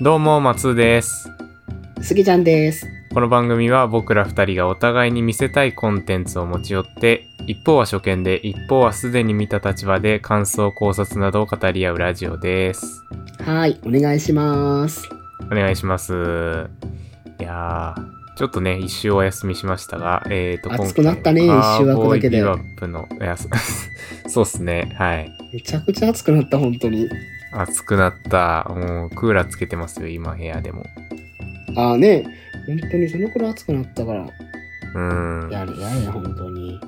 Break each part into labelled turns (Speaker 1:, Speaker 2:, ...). Speaker 1: どうも、松です。
Speaker 2: すぎちゃんです。
Speaker 1: この番組は僕ら二人がお互いに見せたいコンテンツを持ち寄って、一方は初見で、一方はすでに見た立場で感想考察などを語り合うラジオです。
Speaker 2: はい、お願いします。
Speaker 1: お願いします。いやー、ちょっとね、一周お休みしましたが、えーと、
Speaker 2: 暑くなったね
Speaker 1: 今回は
Speaker 2: 一周枠だけで
Speaker 1: カーボーイビバップの、いや、 そそうっすね、はい。
Speaker 2: めちゃくちゃ暑くなった、本当に。
Speaker 1: 暑くなった。もう、クーラーつけてますよ、今部屋でも。
Speaker 2: ああね、本当にその頃暑くなったから。
Speaker 1: うーん。
Speaker 2: やれやれ、本当に。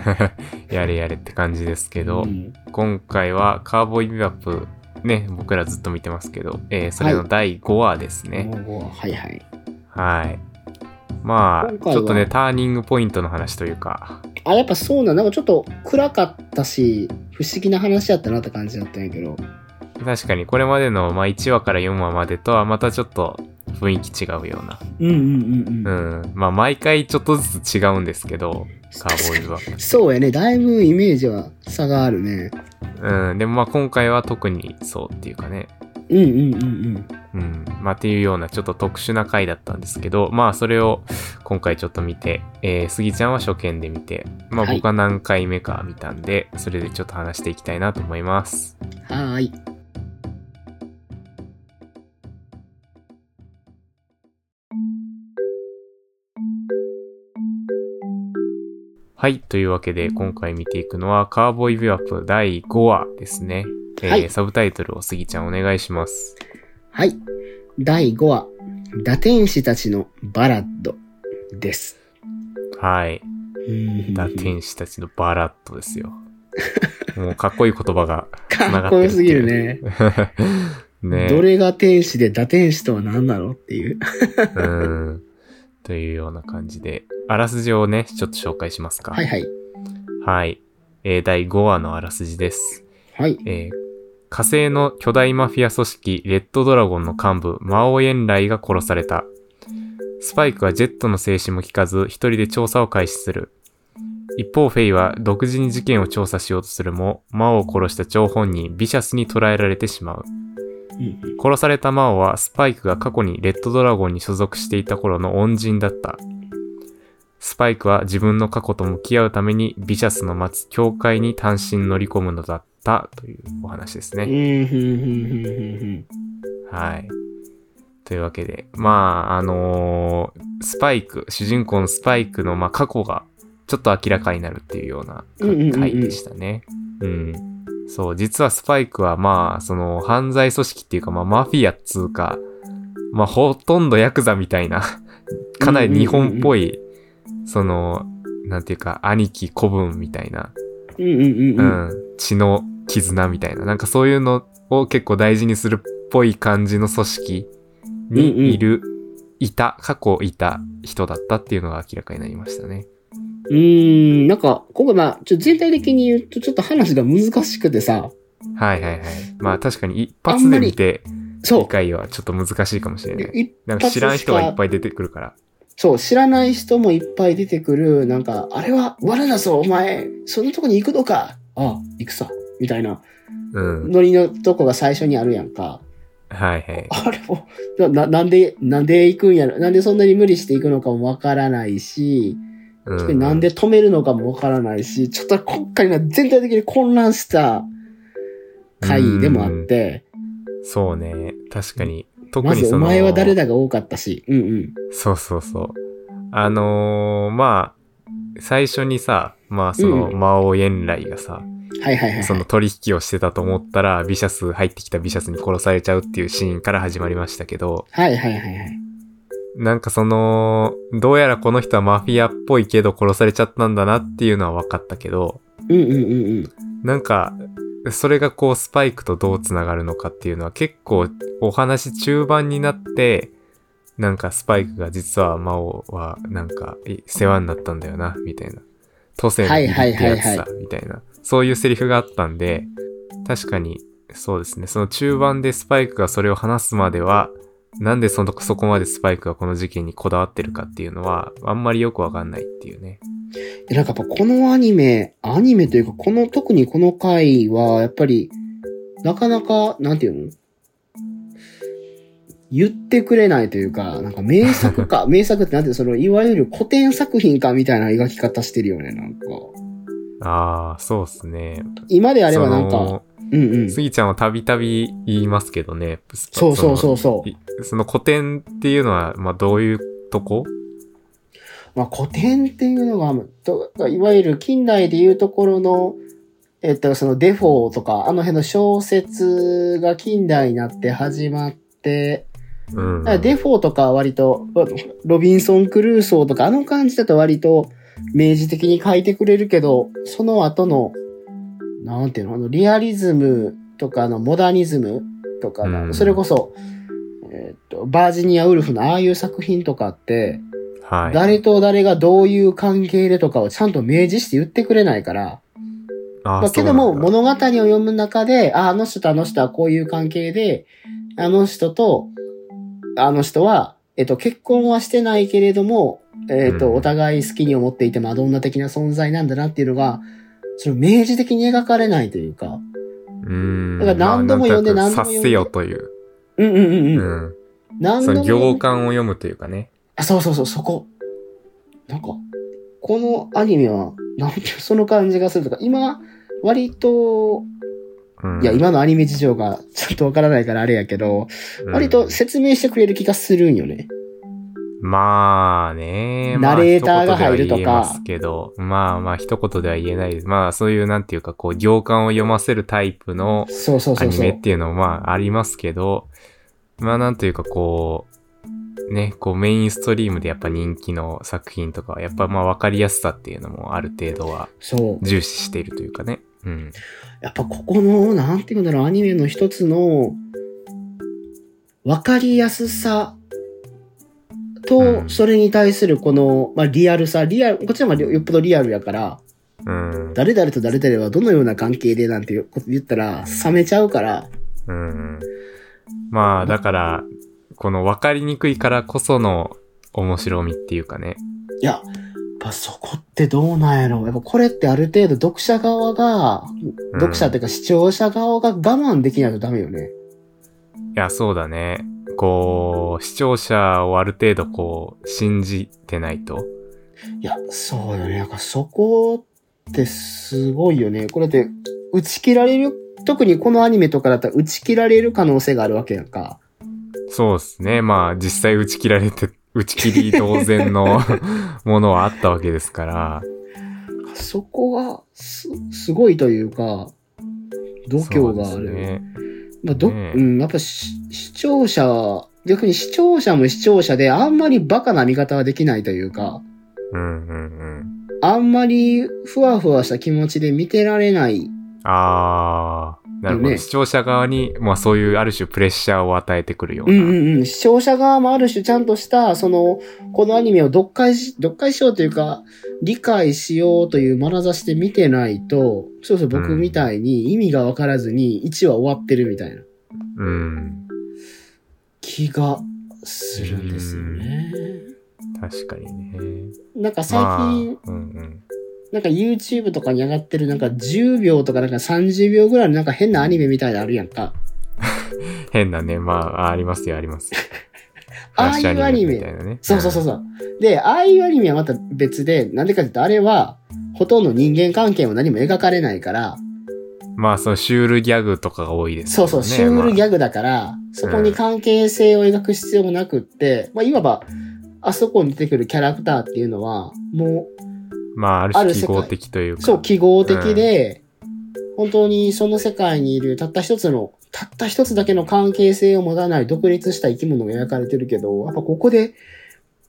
Speaker 1: やれやれって感じですけど、
Speaker 2: うん
Speaker 1: 今回はカーボーイビバップね僕らずっと見てますけど、えーそれの第5話ですね
Speaker 2: もうもうはいはい。
Speaker 1: はい、ま
Speaker 2: 今
Speaker 1: あ
Speaker 2: 回は
Speaker 1: ちょっとねターニングポイントの話というか
Speaker 2: あ、やっぱそうなん、なんかちょっと暗かったし、不思議な話やったなって感じだったんやけど。
Speaker 1: 確かにこれまでの、まあ、1話から4話までとはまたちょっと雰囲気違うような
Speaker 2: うんうんうんん。
Speaker 1: うんまあ毎回ちょっとずつ違うんですけどカーボーイビバッ
Speaker 2: そうやね、だいぶイメージは差があるね。
Speaker 1: プうんでもまあ今回は特にそうっていうかね
Speaker 2: うんうんうん
Speaker 1: うん、まあっていうようなちょっと特殊な回だったんですけどまあそれを今回ちょっと見て、えー、スギちゃんは初見で見てまあ
Speaker 2: はい
Speaker 1: 僕は何回目か見たんで、それでちょっと話していきたいなと思います
Speaker 2: うん。はーい。
Speaker 1: はいというわけで今回見ていくのは「カーボーイビューアップ第5話」ですね、えー
Speaker 2: はい
Speaker 1: サブタイトルをスギちゃんお願いします
Speaker 2: はい。第5話、打天使たちのバラッドです。
Speaker 1: はい
Speaker 2: うん
Speaker 1: 打天使たちのバラッとです よもうかっこいい言葉が
Speaker 2: かっこよすぎるね。
Speaker 1: ね
Speaker 2: どれが天使で打天使とは何なのっていう。
Speaker 1: うん。というような感じで、あらすじをね、ちょっと紹介しますか。
Speaker 2: はいはい。
Speaker 1: はい。えー第5話のあらすじです。
Speaker 2: はい。
Speaker 1: えー火星の巨大マフィア組織、レッドドラゴンの幹部、魔王遠雷が殺された。スパイクはジェットの静止も聞かず、一人で調査を開始する。一方、フェイは独自に事件を調査しようとするも、魔王を殺した張本人、ビシャスに捕らえられてしまう。
Speaker 2: うん
Speaker 1: 殺されたマオはスパイクが過去にレッドドラゴンに所属していた頃の恩人だった。スパイクは自分の過去と向き合うためにビシャスの待つ教会に単身乗り込むのだったというお話です
Speaker 2: うん。う
Speaker 1: ね。
Speaker 2: ん、ふんふんふんふんふん。
Speaker 1: はい。というわけで、まあ、あのースパイク、主人公のスパイクの、まあ、過去がちょっと明らかになるっていうような
Speaker 2: うんうんうんうん
Speaker 1: 回でしたね。うん。そう、実はスパイクはまあ、その犯罪組織っていうか、まあ、マフィアっつうか、まあ、ほとんどヤクザみたいな、かなり日本っぽい、その、なんていうか、兄貴子分みたいな、
Speaker 2: うんうんうん
Speaker 1: う
Speaker 2: うん。
Speaker 1: ん、血の絆みたいな、なんかそういうのを結構大事にするっぽい感じの組織
Speaker 2: うんうん
Speaker 1: にいる、いた、過去いた人だったっていうのが明らかになりましたね。
Speaker 2: うーん、なんか、今回まあ、ちょっと全体的に言うと、ちょっと話が難しくてさ、
Speaker 1: はいはいはい。まあ確かに一発で見て
Speaker 2: そ
Speaker 1: 理
Speaker 2: う。
Speaker 1: 解はちょっと難しいかもしれない。
Speaker 2: い
Speaker 1: なんか知らん人がいっ
Speaker 2: い。
Speaker 1: ぱい出てくるから。
Speaker 2: そう、知らない人もいっぱい出てくる、なんか、あれは、罠だぞ、お前、そんなとこに行くのか。ああ、行くさ、みたいな、
Speaker 1: うん。
Speaker 2: ノリのとこが最初にあるやんか。
Speaker 1: はいはい。
Speaker 2: あれも、な、ななんで、なんで行くんやろなんでそんなに無理して行くのかもわからないし、
Speaker 1: う
Speaker 2: でなんで止めるのかもわからないし、ちょっと今回が全体的に混乱した回でもあって、
Speaker 1: そうね。確かに。特
Speaker 2: ま
Speaker 1: に
Speaker 2: ず
Speaker 1: そ
Speaker 2: お
Speaker 1: の。
Speaker 2: 前は誰だが多かったし、うんうん。
Speaker 1: そうそうそう。あのー、まあ、最初にさ、まあその
Speaker 2: う
Speaker 1: 魔王遠雷がさ、
Speaker 2: はいはいはい。
Speaker 1: その取引をしてたと思ったら、ビシャス、入ってきたビシャスに殺されちゃうっていうシーンから始まりましたけど、
Speaker 2: はいはいはいはい。
Speaker 1: なんかその、どうやらこの人はマフィアっぽいけど殺されちゃったんだなっていうのは分かったけど、
Speaker 2: うんうんうんうん。
Speaker 1: なんか、それがこうスパイクとどうつながるのかっていうのは結構お話中盤になって、なんかスパイクが実は魔王はなんかい世話になったんだよな、みたいな。都政のビビってやつ
Speaker 2: はいはい
Speaker 1: さ
Speaker 2: は、
Speaker 1: みたいな。そういうセリフがあったんで、確かにそうですね。その中盤でスパイクがそれを話すまでは、なんでそのそこまでスパイクがこの事件にこだわってるかっていうのは、あんまりよくわかんないっていうね。
Speaker 2: でなんかやっぱこのアニメ、アニメというか、この、特にこの回は、やっぱり、なかなか、なんていうの言ってくれないというか、なんか名 作か、名作ってなんて、その、いわゆる古典作品かみたいな描き方してるよね、なんか。
Speaker 1: ああ、そうっすね。
Speaker 2: 今であればなん
Speaker 1: そ
Speaker 2: か、
Speaker 1: の
Speaker 2: うんうん。
Speaker 1: スギちゃんはたびたび言いますけどね。
Speaker 2: そうそうそううそ
Speaker 1: そ
Speaker 2: う。
Speaker 1: の。その古典っていうのは、まあどういうとこ
Speaker 2: まあ、古典っていうのが、といわゆる近代でいうところの、えっと、そのデフォーとか、あの辺の小説が近代になって始まって、
Speaker 1: うん。
Speaker 2: だからデフォーとかは割と、ロビンソン・クルーソーとか、あの感じだと割と明示的に書いてくれるけど、その後の、なんていうの、あのリアリズムとか、あのモダニズムとかの、
Speaker 1: うん
Speaker 2: それこそ、えっと、バージニア・ウルフのああいう作品とかって、
Speaker 1: はい。
Speaker 2: 誰と誰がどういう関係でとかをちゃんと明示して言ってくれないから、
Speaker 1: あー
Speaker 2: まあ、けども、
Speaker 1: そうなんだ
Speaker 2: 物語を読む中で、あ、あの人とあの人はこういう関係で、あの人と、あの人は、えっと、結婚はしてないけれども、えっと、
Speaker 1: うん
Speaker 2: お互い好きに思っていてマドンナ的な存在なんだなっていうのが、その明示的に描かれないというか、
Speaker 1: うん。
Speaker 2: だから何度も読んで
Speaker 1: まあ
Speaker 2: 何度も読
Speaker 1: 察
Speaker 2: んで
Speaker 1: せよという。
Speaker 2: うんうんうん
Speaker 1: う
Speaker 2: うん。
Speaker 1: ん。
Speaker 2: 何
Speaker 1: その
Speaker 2: 度も
Speaker 1: 行間を読むというかね。
Speaker 2: あ、そうそうそう、そこ。なんか、このアニメは、なんていうその感じがするとか、今、割と、
Speaker 1: うん
Speaker 2: いや、今のアニメ事情がちょっとわからないからあれやけど、
Speaker 1: うん
Speaker 2: 割と説明してくれる気がするんよね。
Speaker 1: まあね。
Speaker 2: ナレーターが入るとか
Speaker 1: まあ一言では言えますけど、まあまあ一言では言えないです。まあそういうなんていうかこう行間を読ませるタイプの
Speaker 2: そうそう
Speaker 1: ア
Speaker 2: そう
Speaker 1: ニ
Speaker 2: そ
Speaker 1: メ
Speaker 2: う
Speaker 1: っ。ていうのもまあありますけど、まあなんというかこう、ね、こうメインストリームでやっぱ人気の作品とかはやっぱまあ分かりやすさっていうのもある程度は
Speaker 2: そう。
Speaker 1: 重視しているというかね。うん。
Speaker 2: やっぱここの、なんていうんだろう、アニメの一つの、わかりやすさ
Speaker 1: う
Speaker 2: と、
Speaker 1: ん
Speaker 2: それに対するこの、まあ、リアルさ、リアル、こっちはまあよっぽどリアルやから、
Speaker 1: うん。
Speaker 2: 誰々と誰々はどのような関係でなんていうこと言ったら冷めちゃうから、
Speaker 1: うん。まあだから、この分かりにくいからこその面白みっていうかね。
Speaker 2: いや、やっぱそこってどうなんやろやっぱこれってある程度読者側が、
Speaker 1: うん
Speaker 2: 読者っていうか視聴者側が我慢できないとダメよね。
Speaker 1: いや、そうだね。こう、視聴者をある程度こう、信じてないと。
Speaker 2: いや、そうよね。なんかそこってすごいよね。これって打ち切られる、特にこのアニメとかだったら打ち切られる可能性があるわけやんか。
Speaker 1: そうですね。まあ、実際打ち切られ て、打ち切り当然のものはあったわけですから。
Speaker 2: そこがす、すごいというか、度胸があ
Speaker 1: そう
Speaker 2: る。
Speaker 1: ですね。
Speaker 2: まあど
Speaker 1: ねえ
Speaker 2: うん、やっぱし視聴者、逆に視聴者も視聴者であんまりバカな見方はできないというか、
Speaker 1: うんうんうん。
Speaker 2: あんまりふわふわした気持ちで見てられない。
Speaker 1: あー、なるほど。
Speaker 2: ね
Speaker 1: 視聴者側に、まあそういうある種プレッシャーを与えてくるよう
Speaker 2: う
Speaker 1: な。
Speaker 2: んうんうん。視聴者側もある種ちゃんとした、その、このアニメを読解し、読解しようというか、理解しようという眼差しで見てないと、そうそう僕みたいに意味がわからずに1話終わってるみたいな
Speaker 1: うん。
Speaker 2: 気がするんですよね。
Speaker 1: 確かにね。
Speaker 2: なんか最近、
Speaker 1: まあ、うん
Speaker 2: なんか YouTube とかに上がってるなんか10秒とかなんか30秒ぐらいのなんか変なアニメみたいなのあるやんか。
Speaker 1: うん。変なね。まあ、ありますよ、あります。
Speaker 2: ああいうアニ
Speaker 1: フラッシュみたい
Speaker 2: メ。
Speaker 1: なね。
Speaker 2: そうそうそうそう。で、ああいうアニメはまた別で、なんでかっていうとあれは、ほとんど人間関係も何も描かれないから、
Speaker 1: まあ、そのシュールギャグとかが多いです
Speaker 2: そうそう、シュールギ
Speaker 1: ャ
Speaker 2: ャグだから、そこに関係性を描く必要もなくって、まあ、いわば、あそこに出てくるキャラクターっていうのは、も
Speaker 1: グ。まあ、ある
Speaker 2: ある
Speaker 1: 種記
Speaker 2: 世界
Speaker 1: 号的という
Speaker 2: う、
Speaker 1: か。
Speaker 2: そう、記号的で、本当にその世界にいるたった一つの、たった一つだけの関係性を持たない独立した生き物が描かれてるけど、やっぱここで、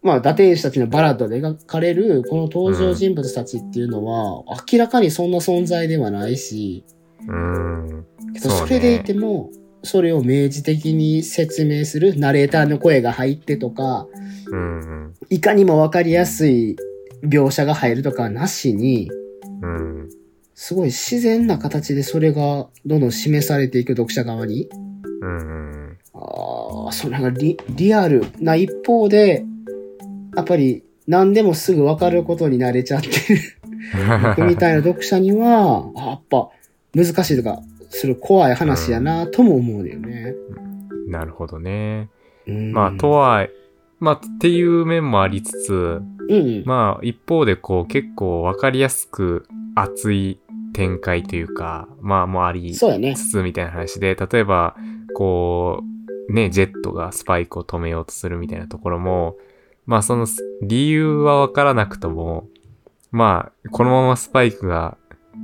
Speaker 2: まあ、堕天使たちのバラッドで描かれる、この登場人物たちっていうのは、明らかにそんな存在ではないし、
Speaker 1: うん。
Speaker 2: けど
Speaker 1: そうね
Speaker 2: それでいても、それを明示的に説明する、ナレーターの声が入ってとか、
Speaker 1: うん。
Speaker 2: いかにもわかりやすい描写が入るとかはなしに、
Speaker 1: うん。
Speaker 2: すごい自然な形でそれがどんどん示されていく読者側に。
Speaker 1: うん。うん
Speaker 2: ああ、それがリリアルな一方で、やっぱり何でもすぐわかることに慣れちゃってる 僕みたいな読者には、あやっぱ難 しいとか、する怖い話やなとも思うのよね。
Speaker 1: なるほどね。まあ、と
Speaker 2: は、
Speaker 1: は、まあ、っていう面もありつつ、
Speaker 2: うんうん。
Speaker 1: まあ、一方でこう、結構わかりやすく熱い展開というか、まあ、もあり
Speaker 2: そうやね。
Speaker 1: つつみたいな話で、例えば、こう、ね、ジェットがスパイクを止めようとするみたいなところも、まあその理由はわからなくとも、まあ、このままスパイクが、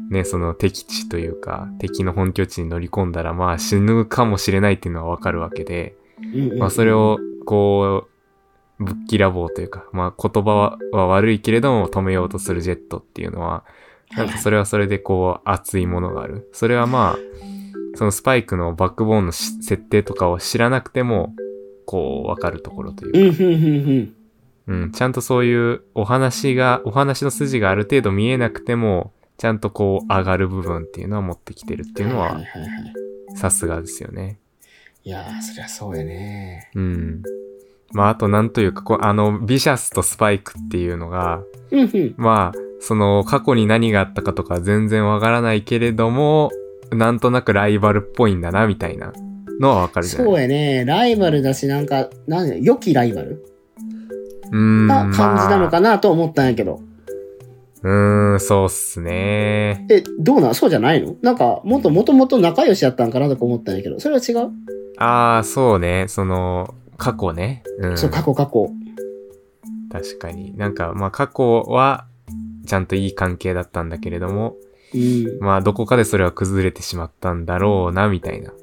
Speaker 1: ね、その敵地というか、敵の本拠地に乗り込んだら、まあ死ぬかもしれないっていうのはわかるわけで、
Speaker 2: うんうん
Speaker 1: まあそれ、を、こう、ぶっきらぼうというか、まあ言葉はは悪いけれども止めようとするジェットっていうのは、
Speaker 2: は
Speaker 1: ないん
Speaker 2: は
Speaker 1: か
Speaker 2: い
Speaker 1: それはそれでこう熱いものがある。それはまあ、そのスパイクのバックボーンのし設定とかを知らなくても、こうわかるところといううか、
Speaker 2: ん、うん、うん、うん。
Speaker 1: うん、ちゃんとそういうお話が、お話の筋がある程度見えなくても、ちゃんとこう上がる部分っていうのは持ってきてるっていうの
Speaker 2: は、
Speaker 1: はい
Speaker 2: はいはい。
Speaker 1: さすがですよね。
Speaker 2: いやー、そりゃそうやね。
Speaker 1: うん。まああとなんというか、こうあの、ビシャスとスパイクっていうのが、
Speaker 2: うん、うん。
Speaker 1: まあ、その過去に何があったかとか全然わからないけれども、なんとなくライバルっぽいんだな、みたいなのはわかるじゃない
Speaker 2: そうやね。ライバルだし、なんか、なんや良きライバル
Speaker 1: うーん。
Speaker 2: な感じなの
Speaker 1: まあ
Speaker 2: かなと思ったんやけど。
Speaker 1: うーん、そうっすね。
Speaker 2: え、どうなんそうじゃないのなんか、もっともともと仲良しやったんかなとか思ったんやけど。それは違う、
Speaker 1: ああ、そうね。その、過去ね。うん。
Speaker 2: そう、過去過去。
Speaker 1: 確かに。なんか、まあ過去は、ちゃんといい関係だったんだけれども、
Speaker 2: うん。
Speaker 1: まあどこかでそれは崩れてしまったんだろうな、みたいな。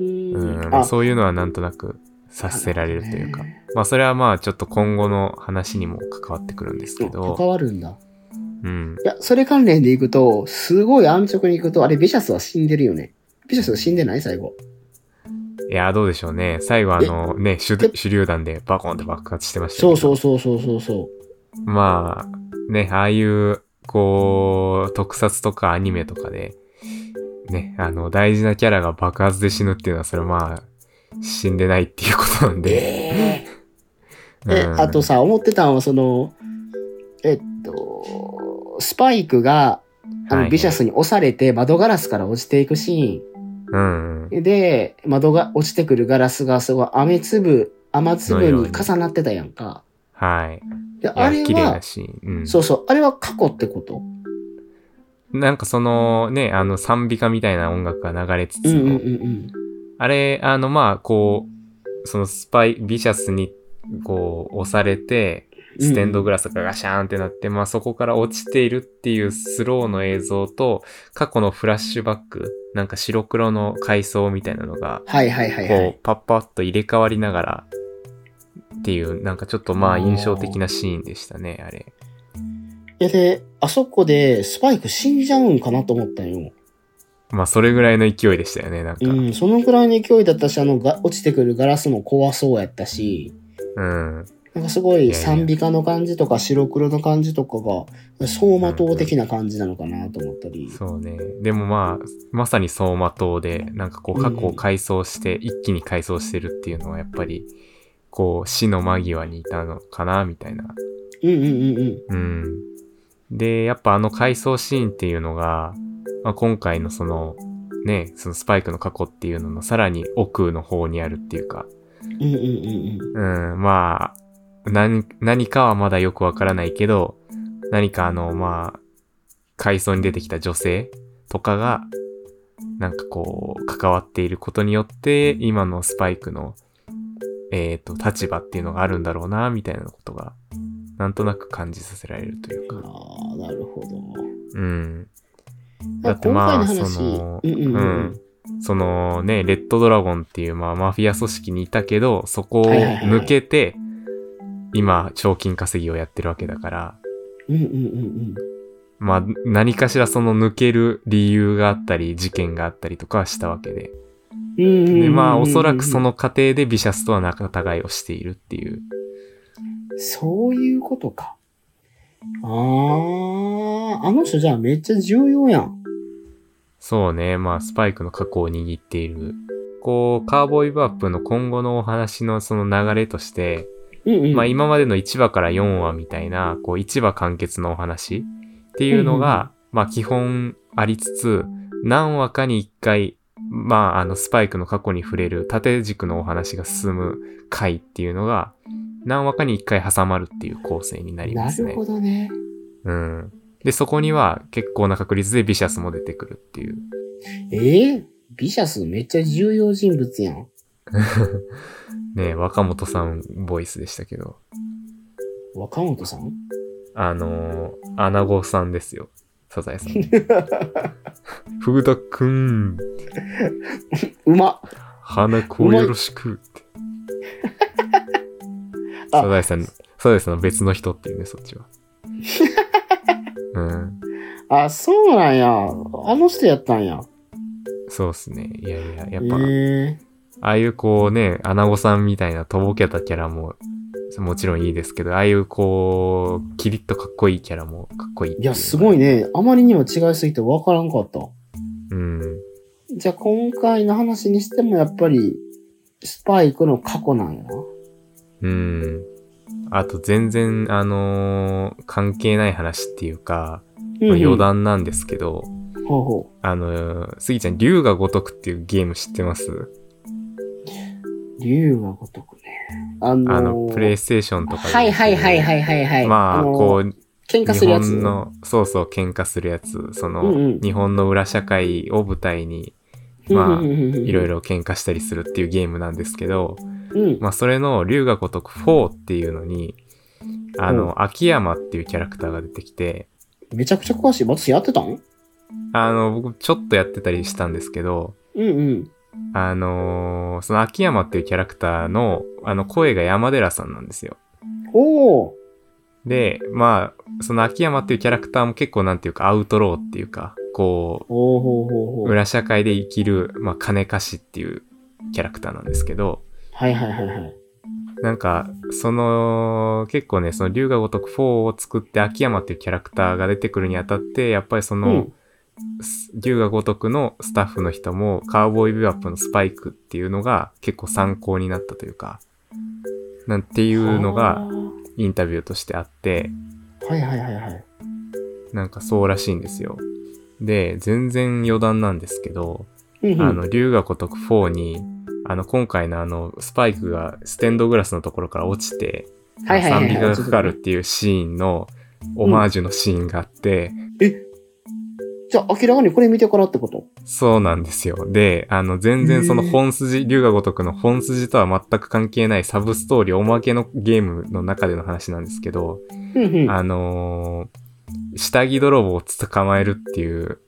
Speaker 1: うん。まあそういうのはなんとなく察せられるというか。
Speaker 2: なる
Speaker 1: まあそれはまあちょっと今後の話にも関わってくるんですけ
Speaker 2: ほどねあ
Speaker 1: ど、
Speaker 2: 関わるんだ。
Speaker 1: うん。
Speaker 2: いや、それ関連でいくと、すごい安直にいくと、あれ、ビシャスは死んでるよね。ビシャスは死んでない最後。
Speaker 1: いや、どうでしょうね。最後あのね、手
Speaker 2: え
Speaker 1: 手榴弾でバコンって爆発してましたけ
Speaker 2: そ
Speaker 1: ど
Speaker 2: うそうそうそうそうそ
Speaker 1: まあ、ね、ああいう、こう、特撮とかアニメとかで、ね、あの、大事なキャラが爆発で死ぬっていうのは、それはまあ、死んでないっていうことなん
Speaker 2: う。
Speaker 1: で。
Speaker 2: えーえ、
Speaker 1: うん
Speaker 2: あと、さ、思ってたのは、その、えっと、スパイクが、あ
Speaker 1: は
Speaker 2: の、
Speaker 1: い
Speaker 2: ビシャスに押されて窓ガラスから落ちていくシ
Speaker 1: うんうん。
Speaker 2: ーン。で、窓が落ちてくるガラスがすごい雨粒、雨粒に重なってたやんか。
Speaker 1: はい。
Speaker 2: で、
Speaker 1: いや
Speaker 2: あれ
Speaker 1: 綺麗
Speaker 2: は
Speaker 1: な、シーン。うん。
Speaker 2: そうそう、あれは過去ってこと
Speaker 1: なんかその、ね、あの、賛美歌みたいな音楽が流れつ
Speaker 2: うん
Speaker 1: つ
Speaker 2: う
Speaker 1: の、
Speaker 2: んうんうん。
Speaker 1: あれ、あの、まあ、こう、そのスパイ、ビシャスに、こう、押されて、ステンドグラスがガシャーンってなって、まあ、そこから落ちているっていうスローの映像と、過去のフラッシュバック、なんか白黒の階層みたいなのが、
Speaker 2: はいはいはいは
Speaker 1: こ
Speaker 2: い。
Speaker 1: う、パッパッと入れ替わりながら、っていう、なんかちょっとまあ、印象的なシーンでしたね、あれ。
Speaker 2: いやで、あそこでスパイク死んじゃうんかなと思ったんよ。
Speaker 1: まあ、それぐらいの勢いでしたよね、なんか。
Speaker 2: うん、そのくらいの勢いだったし、あのが、落ちてくるガラスも怖そうやったし、
Speaker 1: うん。
Speaker 2: なんかすご
Speaker 1: いやい
Speaker 2: い
Speaker 1: や
Speaker 2: 賛美歌の感じとか白黒の感じとかが、走馬灯的な感じなのかなと思ったり。
Speaker 1: そうね。でもまあ、まさに走馬灯で、なんかこう過去を回想して、一気に回想してるっていうのはやっぱり、こう死の間際にいたのかな、みたいな。
Speaker 2: うんうんうんうん。
Speaker 1: うん。で、やっぱあの回想シーンっていうのが、まあ、今回のその、ね、そのスパイクの過去っていうののさらに奥の方にあるっていうか、
Speaker 2: うんうんうんうん。
Speaker 1: うん、まあ、何、何かはまだよくわからないけど、何かあの、まあ、階層に出てきた女性とかが、なんかこう、関わっていることによって、今のスパイクの、えっ、と、立場っていうのがあるんだろうな、みたいなことが、なんとなく感じさせられるというか。
Speaker 2: ああ、なるほど。
Speaker 1: うん。だ
Speaker 2: だ
Speaker 1: ってまあ、
Speaker 2: 今回の
Speaker 1: そ
Speaker 2: 話
Speaker 1: の、
Speaker 2: うんうんうん
Speaker 1: うんそのね、レッドドラゴンっていう、まあ、マフィア組織にいたけど、そこを
Speaker 2: はいはいはい
Speaker 1: 抜けて、今、賞金稼ぎをやってるわけだから、
Speaker 2: うんうんうん
Speaker 1: まあ、何かしらその抜ける理由があったり、事件があったりとかはしたわけで。
Speaker 2: うん。うんうんうんうん
Speaker 1: で、まあ、おそらくそ。の過程でビシャスとは仲違いをしているっていう。
Speaker 2: そういうことか。ああ、あの人じゃあめっちゃ重要やん。
Speaker 1: そうね、まあ、スパイクの過去を握っている。こう、カーボーイブアップの今後のお話のその流れとして、
Speaker 2: うんうん。
Speaker 1: まあ今までの1話から4話みたいな、こう1話完結のお話っていうのが、まあ基本ありつつ、何話かに1回まあ、あの、スパイクの過去に触れる縦軸のお話が進む回っていうのが、何話かに一回挟まるっていう構成になりま
Speaker 2: な
Speaker 1: す
Speaker 2: る
Speaker 1: ね
Speaker 2: ほ。どね。
Speaker 1: うん。で、そこには結構な確率でビシャスも出てくるっていう。
Speaker 2: ええビシャスめっちゃ重要人物やん。
Speaker 1: ね若本さんボイスでしたけど。
Speaker 2: 若本さん
Speaker 1: あのー、アナゴさんですよ。サザエ さん。フグタくん、
Speaker 2: うまっ
Speaker 1: 花子をよろしくって。
Speaker 2: あ
Speaker 1: サザエさん、サザエさんの別の人っていうね、そっちは。うん。
Speaker 2: あ、そうなんや。あの人やったんや。
Speaker 1: そうっすね。いやいや、やっぱ、
Speaker 2: ええ
Speaker 1: ああいうこうね、アナゴさんみたいなとぼけたキャラも、もちろんいいですけど、ああいうこう、キリッとかっこいいキャラもかっこいいってう
Speaker 2: いや、すごい。ね。あまりにも違いすぎてわからんかった。
Speaker 1: うん。
Speaker 2: じゃあ今回の話にしてもやっぱり、スパイクの過去なんやな。
Speaker 1: うん。あと全然、あのー関係ない話っていうか、まあ
Speaker 2: うんうん
Speaker 1: 余。談なんですけど、
Speaker 2: ほうほ
Speaker 1: あのー、スギちゃん、竜が如くっていうゲーム知ってます
Speaker 2: う。竜が如くね。あのー、
Speaker 1: あの、プレイステーションとかで。
Speaker 2: はいはいはいはいはいはい。
Speaker 1: まあ、
Speaker 2: のー
Speaker 1: こう、
Speaker 2: 喧嘩す
Speaker 1: 日
Speaker 2: るやつ。
Speaker 1: 本の、そうそう、喧嘩するやつ、その、
Speaker 2: うんうん
Speaker 1: 日本の裏社会を舞台に、まあい
Speaker 2: い
Speaker 1: ろい
Speaker 2: ろ。
Speaker 1: ろ喧嘩したりするっていうゲームなんですけど、
Speaker 2: うん。
Speaker 1: まあ、それの龍が如く4っていうのに、あの、秋山っていうキャラクターが出てきて、
Speaker 2: めちゃくちゃ詳しい。私やってたん
Speaker 1: あの、僕ちょっとやってたりしたんですけど、
Speaker 2: うんうん。
Speaker 1: あのーその秋山っていうキャラクターの、あの、声が山寺さんなんですよ。
Speaker 2: おお。
Speaker 1: で、まあ、その秋山っていうキャラクターも結構なんていうかアウトローっていうか、こ
Speaker 2: おおほうほうほ
Speaker 1: う、
Speaker 2: う。
Speaker 1: 裏社会で生きる、まあ、金貸しっていうキャラクターなんですけど、
Speaker 2: はいはいはいはい。
Speaker 1: なんか、その、結構ね、その、龍が如く4を作って、秋山っていうキャラクターが出てくるにあたって、やっぱりその、す龍が如くのスタッフの人も、カーボーイビューアップのスパイクっていうのが結構参考になったというか、なんてい
Speaker 2: いう
Speaker 1: のがインタビューとしてあって、
Speaker 2: はいはいはいはい。
Speaker 1: なんかそうらしいんですよ。で、全然余談なんですけど、
Speaker 2: うんうん
Speaker 1: あの、龍が如く4に、あの、今回のあの、スパイクがステンドグラスのところから落ちて、
Speaker 2: はいはいはい
Speaker 1: 賛
Speaker 2: はい
Speaker 1: 美歌がかかるっていうシーンのオマージュのシーンがあって、
Speaker 2: じゃあ明らかにこれ見てからってこと
Speaker 1: そうなんですよ。で、あの、全然その本筋、龍が如くの本筋とは全く関係ないサブストーリー、おまけのゲームの中での話なんですけど、
Speaker 2: うんうん。
Speaker 1: あのー下着泥棒を捕まえるっていう、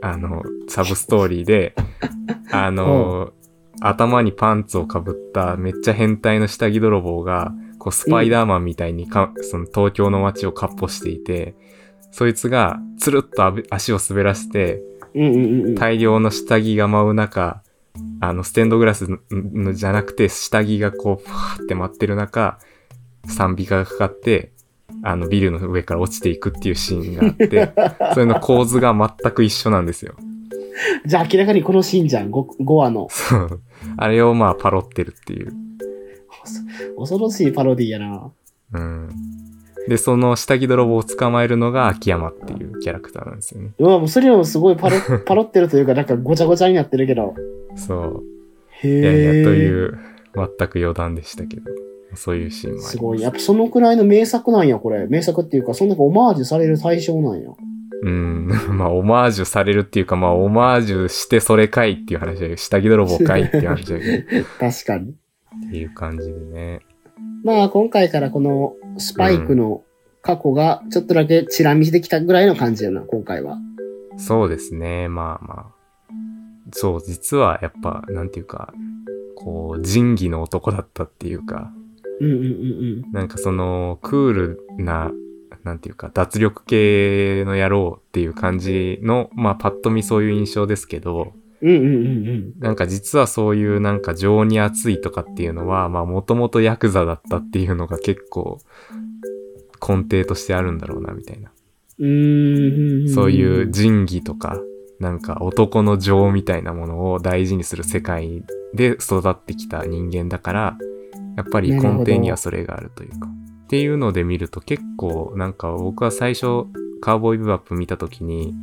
Speaker 1: あの、サブストーリー で、あのー頭にパンツをかぶっためっちゃ変態の下着泥棒が、こう、スパイダーマンみたいにか、その東京の街をかっ歩していて、そいつがつるっとあぶ足を滑らせて、
Speaker 2: うんうんうんうん。
Speaker 1: 大量の下着が舞う中、あの、ステンドグラスののじゃなくて、下着がこう、ふわーって舞ってる中、賛美歌がかかって、あの、ビルの上から落ちていくっていうシーンがあ って、それの構図が全く一緒なんですよ。
Speaker 2: じゃあ明らかにこのシーンじゃん。5, 5話の。
Speaker 1: そう。あれをまあ、パロってるっていう。
Speaker 2: 恐ろしいパロディやな。
Speaker 1: うん。で、その下着泥棒を捕まえるのが秋山っていうキャラクターなんですよね。
Speaker 2: うわ、もうそれもすご いパロパロってるというか、なんかごちゃごちゃになってるけど。
Speaker 1: そう。
Speaker 2: へ
Speaker 1: いやいや、
Speaker 2: え。
Speaker 1: という、全く余談でしたけど、そういうシーンもあります
Speaker 2: すごい。やっぱそのくらいの名作なんや、これ。名作っていうか、そんなオマージュされる対象なんや。
Speaker 1: うん。 まあ、オマージュされるっていうか、まあ、オマージュしてそれかいっていう話だけど、下着泥棒かいっていう話だけど、
Speaker 2: 確かに。
Speaker 1: っていう感じでね。
Speaker 2: まあ、今回からこのスパイクの過去がちょっとだけチラ見してきたぐらいの感じやな、今回は。
Speaker 1: そうですね。まあまあ。そう、実はやっぱ、なんていうか、こう、仁義の男だったっていうか、
Speaker 2: うんうんうん
Speaker 1: なんかその、クールな、なんていうか、脱力系の野郎っていう感じの、まあ、パッと見そういう印象ですけど、
Speaker 2: うん。うんうんうんうん。
Speaker 1: なんか実はそういうなんか情に熱いとかっていうのは、まあもともとヤクザだったっていうのが結構根底としてあるんだろうなみたいな。
Speaker 2: うーん。
Speaker 1: そういう仁義とか、なんか男の情みたいなものを大事にする世界で育ってきた人間だから、やっぱり根底にはそれがあるというか。っていうので見ると結構なんか僕は最初カーボーイビバップ見た時に、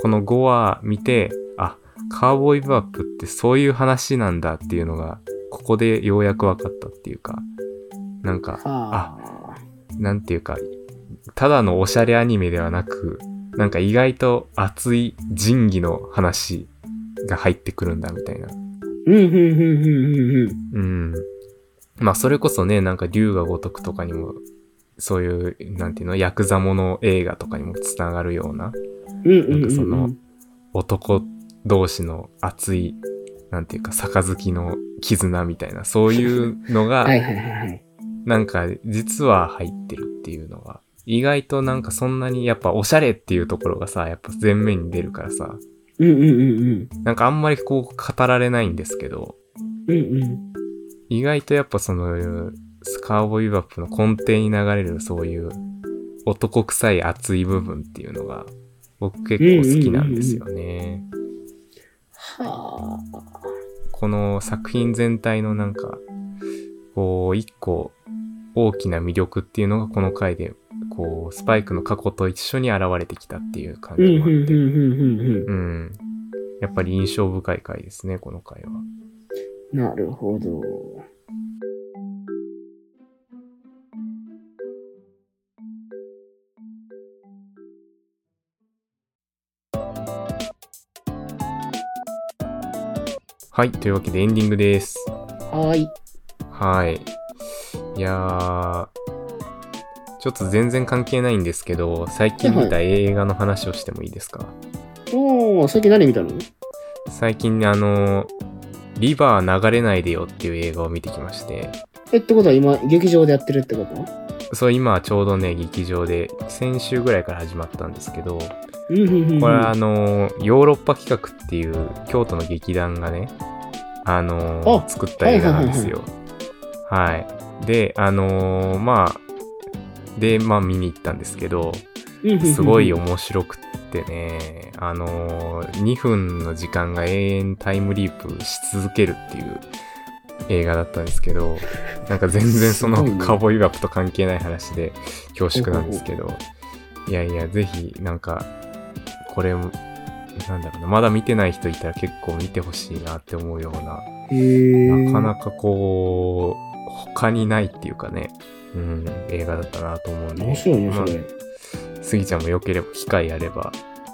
Speaker 1: この5話見て、あ、カーボーイビバップってそういう話なんだっていうのが、ここでようやく分かったっていうか、なんか、
Speaker 2: はあ。
Speaker 1: なんていうか、ただのおしゃれアニメではなく、なんか意外と熱い仁義の話が入ってくるんだみたいな。
Speaker 2: うん、うん、うん、うん、うん、うん。
Speaker 1: うん。まあそれこそね、なんか竜が如くとかにも、そういう、なんていうの、ヤクザもの映画とかにもつながるような、
Speaker 2: うん、うん。
Speaker 1: なんかその
Speaker 2: うん
Speaker 1: 男同士の熱い、なんていうか、杯の絆みたいな、そういうの が、
Speaker 2: はいはいはいはい。
Speaker 1: なんか実は入ってるっていうのは、意外となんかそんなにやっぱおしゃれっていうところがさ、やっぱ前面に出るからさ、
Speaker 2: うん、うん、うん、
Speaker 1: なんかあんまりこう語られないんですけど、
Speaker 2: うん。うん、うん。
Speaker 1: 意外とやっぱその、スカーボーイビバップの根底に流れるそういう男臭い熱い部分っていうのが、僕結構好きなんですよね。
Speaker 2: はあ。
Speaker 1: この作品全体のなんか、こう、一個大きな魅力っていうのがこの回で、こう、スパイクの過去と一緒に現れてきたっていう感
Speaker 2: う
Speaker 1: じ
Speaker 2: ん、
Speaker 1: もあ
Speaker 2: う
Speaker 1: っ
Speaker 2: ん、うん、
Speaker 1: て、
Speaker 2: うん、うん。
Speaker 1: うん。やっぱり印象深い回ですね、この回は。
Speaker 2: なるほど。
Speaker 1: はい、というわけでエンディングです。
Speaker 2: はい。
Speaker 1: はい。いやー、ちょっと全然関係ないんですけど、最近見た映画の話をしてもいいですか、
Speaker 2: おー、最近何見たの
Speaker 1: 最近、あのー、リバー流れないでよっていう映画を見てきまして、
Speaker 2: え、ってことは今、劇場でやってるってこと
Speaker 1: そう、今ちょうどね、劇場で、先週ぐらいから始まったんですけど、
Speaker 2: うん、うん、うん。
Speaker 1: これはあのー、ヨーロッパ企画っていう京都の劇団がね、あのー
Speaker 2: あ
Speaker 1: 作った映画なんですよ。はいで、あのーまあ、で、まあ見に行ったんですけど、すごい
Speaker 2: よ。
Speaker 1: 面白くってね、あのー2分の時間が永遠タイムリープし続けるっていう映画だったんですけど、なんか全然その
Speaker 2: すごいね
Speaker 1: カーボーイビバップと関係ない話で恐縮なんですけど、いやいや、ぜひなんか、これも、なんだろうな、まだ見てない人いたら結構見てほしいなって思うような、
Speaker 2: へ
Speaker 1: な
Speaker 2: ー
Speaker 1: かなかこう、他にないっていうかね、うん、映画だったなと思うんで。
Speaker 2: 面白いね、
Speaker 1: ま
Speaker 2: そ
Speaker 1: あ
Speaker 2: れ。
Speaker 1: スギちゃんも良ければ、機会あれば。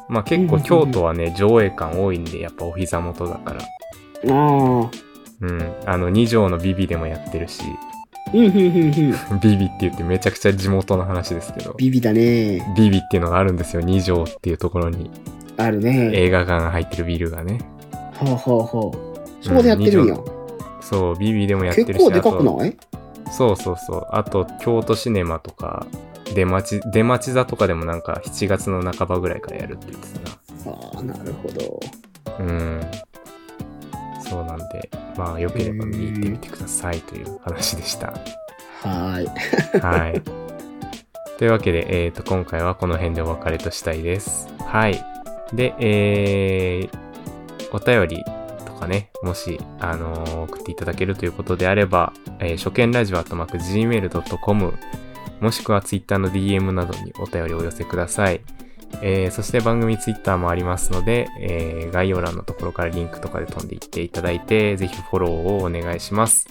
Speaker 1: まあ結構京都はね、上映感多いんで、やっぱお膝元だから。
Speaker 2: ああ。
Speaker 1: うん。あの、2条のビビでもやってるし、
Speaker 2: うん、うん、うん、うん。
Speaker 1: ビビって言ってめちゃくちゃ地元の話ですけど、
Speaker 2: ビビだね。
Speaker 1: ビビっていうのがあるんですよ、2条っていうところに。
Speaker 2: あるね。
Speaker 1: 映画館が入ってるビルがね。
Speaker 2: ほうほうほう。そこでやってるんや
Speaker 1: う。そう、ビビでもやってる
Speaker 2: 結
Speaker 1: し、
Speaker 2: 構でかく
Speaker 1: あ
Speaker 2: ない
Speaker 1: とそうそうそう。あと、京都シネマとか、出町、出町座とかでもなんか7月の半ばぐらいからやるって言ってたな。
Speaker 2: ああ、なるほど。
Speaker 1: うん。そうなんで、まあ、良ければ見に行ってみてくださいという話でした。
Speaker 2: はーい。
Speaker 1: はい。というわけで、えっ、と、今回はこの辺でお別れとしたいです。はい。で、えー、お便りとかね、もし、あのー送っていただけるということであれば、えー初見ラジオアットマーク gmail.com、もしくは Twitter の DM などにお便りをお寄せください。えーそして番組 Twitter もありますので、えー概要欄のところからリンクとかで飛んでいっていただいて、ぜひフォローをお願いします。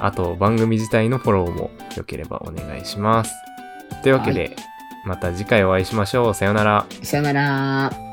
Speaker 1: あと、番組自体のフォローも良ければお願いします。というわけで、また次回お会いしましょう。さよなら。
Speaker 2: さよなら。